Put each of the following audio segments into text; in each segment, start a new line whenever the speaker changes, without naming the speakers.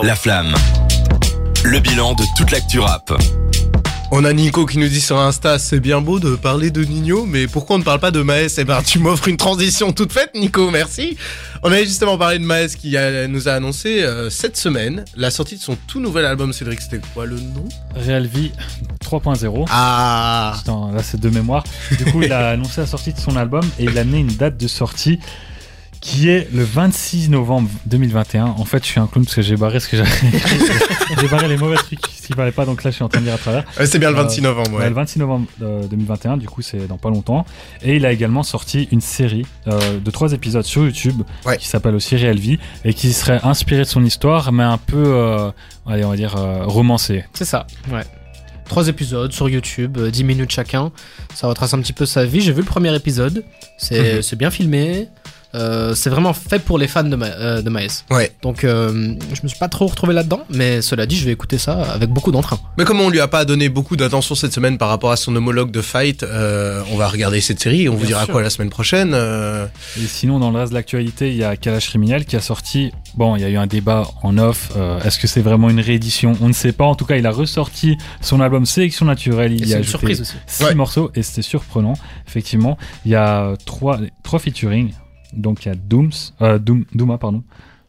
La flamme. Le bilan de toute l'actu rap.
On a Nico qui nous dit sur Insta, c'est bien beau de parler de Nino, mais pourquoi on ne parle pas de Maes Eh ben, tu m'offres une transition toute faite, Nico, merci. On avait justement parlé de Maes qui a- nous a annoncé euh, cette semaine la sortie de son tout nouvel album. Cédric, c'était quoi le nom
Real Vie 3.0.
Ah
Putain, là c'est de mémoire. Du coup, il a annoncé la sortie de son album et il a amené une date de sortie qui est le 26 novembre 2021. En fait, je suis un clown parce que j'ai barré ce que j'avais. j'ai barré les mauvais trucs, ce qui valait pas, donc là je suis en train de lire à travers.
Euh, C'est bien le
Euh,
26 novembre,
Ouais,
ouais.
le 26 novembre euh, 2021, du coup, c'est dans pas longtemps. Et il a également sorti une série euh, de trois épisodes sur YouTube
Ouais.
qui s'appelle aussi Réelle Vie et qui serait inspirée de son histoire, mais un peu, euh, allez, on va dire, euh, romancée.
C'est ça, ouais. Trois épisodes sur YouTube, euh, 10 minutes chacun. Ça retrace un petit peu sa vie. J'ai vu le premier épisode. C'est
Mhm.
c'est bien filmé. Euh, c'est vraiment fait pour les fans de, Ma- euh, de Maes.
Ouais.
Donc euh, je me suis pas trop retrouvé là-dedans, mais cela dit, je vais écouter ça avec beaucoup d'entrain.
Mais comme on lui a pas donné beaucoup d'attention cette semaine par rapport à son homologue de Fight, euh, on va regarder cette série et on vous
Bien
dira
sûr.
quoi la semaine prochaine. euh,
Et sinon, dans le reste de l'actualité, il y a Kalash Criminel qui a sorti. Bon, il y a eu un débat en off. euh, Est-ce que c'est vraiment une réédition On ne sait pas. En tout cas, il a ressorti son album Sélection Naturelle. Il
Et
y a
C'est une
ajouté
surprise aussi.
six
Ouais.
morceaux et c'était surprenant. Effectivement, il y a euh, trois, trois featuring. Donc il y a Dooms, euh, Doom, Douma, pardon.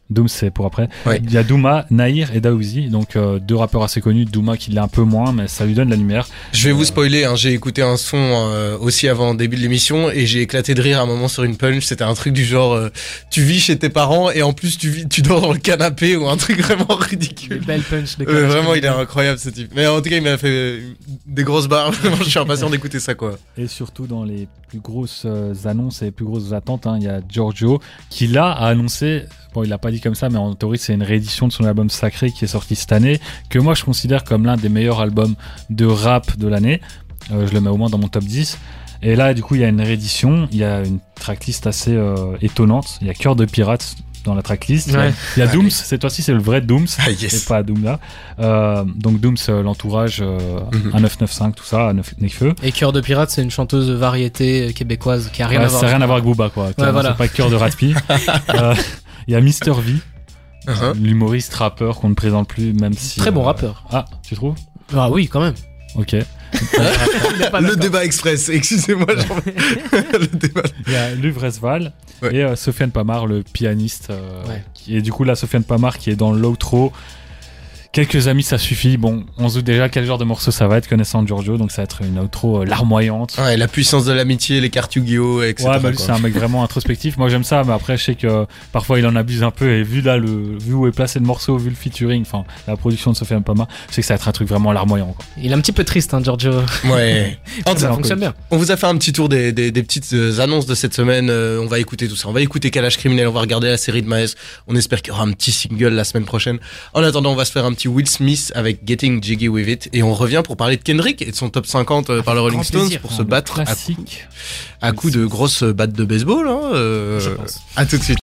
Dooms, c'est pour après.
Ouais.
Il y a Douma, Nair et Daouzi. Donc euh, deux rappeurs assez connus. Douma qui l'est un peu moins, mais ça lui donne la lumière.
Je vais vous spoiler, hein, j'ai écouté un son euh, aussi avant le début de l'émission et j'ai éclaté de rire à un moment sur une punch. C'était un truc du genre, euh, tu vis chez tes parents et en plus tu vis, tu dors dans le canapé ou un truc vraiment ridicule.
Belle punch de
Euh, vraiment, il est incroyable ce type. Mais en tout cas, il m'a fait euh, des grosses barres. Vraiment, je suis impatient d'écouter ça, quoi.
Et surtout dans les plus grosses euh, annonces et les plus grosses attentes, hein, il y a Giorgio qui là a annoncé, bon il l'a pas dit comme ça, mais en théorie c'est une réédition de son album Sacré qui est sorti cette année, que moi je considère comme l'un des meilleurs albums de rap de l'année. Euh, je le mets au moins dans mon top 10. Et là du coup il y a une réédition, il y a une tracklist assez euh, étonnante, il y a Cœur de Pirate dans la tracklist, il y a-
Ouais.
il y a
Allez.
Dooms, cette fois-ci c'est le vrai Dooms
Ah
et
yes.
pas Doom là. Euh, donc Dooms, euh, l'entourage, euh,
Mhm.
1995, tout ça, Nekfeu.
Et Cœur de Pirate, c'est une chanteuse de variété québécoise qui a rien
Ouais,
à
Ça n'a
voir.
rien à voir avec Booba, quoi. Clairement,
voilà.
C'est pas cœur de Raspi. Euh, Il y a Mister V,
Uh-huh.
l'humoriste rappeur qu'on ne présente plus, même si.
Très bon
euh,
rappeur.
Ah, tu trouves
Ah oui, quand même.
Ok.
Le débat express, excusez-moi. j'en- le débat.
Il y a Luvresval
Ouais.
et euh, Sofiane Pamar, le pianiste. euh,
Ouais.
qui- et du coup, là, Sofiane Pamar qui est dans l'outro. Quelques amis, ça suffit. Bon, on se doute déjà quel genre de morceau ça va être, connaissant Giorgio. Donc, ça va être une outro euh, larmoyante.
Ouais, la puissance de l'amitié, les cartes Yu-Gi-Oh, etc.
Ouais, bah lui,
quoi.
c'est un mec vraiment introspectif. Moi, j'aime ça, mais après, je sais que euh, parfois, il en abuse un peu. Et vu là, le, vu où est placé le morceau, vu le featuring, enfin, la production de Sofiane Pama, je sais que ça va être un truc vraiment larmoyant. Quoi.
Il est un petit peu triste, hein, Giorgio.
Ouais. En tout-
Ça
un
fonctionne
peu.
bien.
On vous a fait un petit tour des, des, des petites euh, annonces de cette semaine. euh, on va écouter tout ça. On va écouter Kalash Criminel. On va regarder la série de Maes. On espère qu'il y aura un petit single la semaine prochaine. En attendant, on va se faire un petit Will Smith avec Getting Jiggy With It. Et on revient pour parler de Kendrick et de son top 50 euh, par le Rolling
grand
Stones
plaisir. hein,
pour
Un
se battre à,
classique.
à coups de grosses battes de baseball. Hein, euh,
Je pense.
À tout de suite.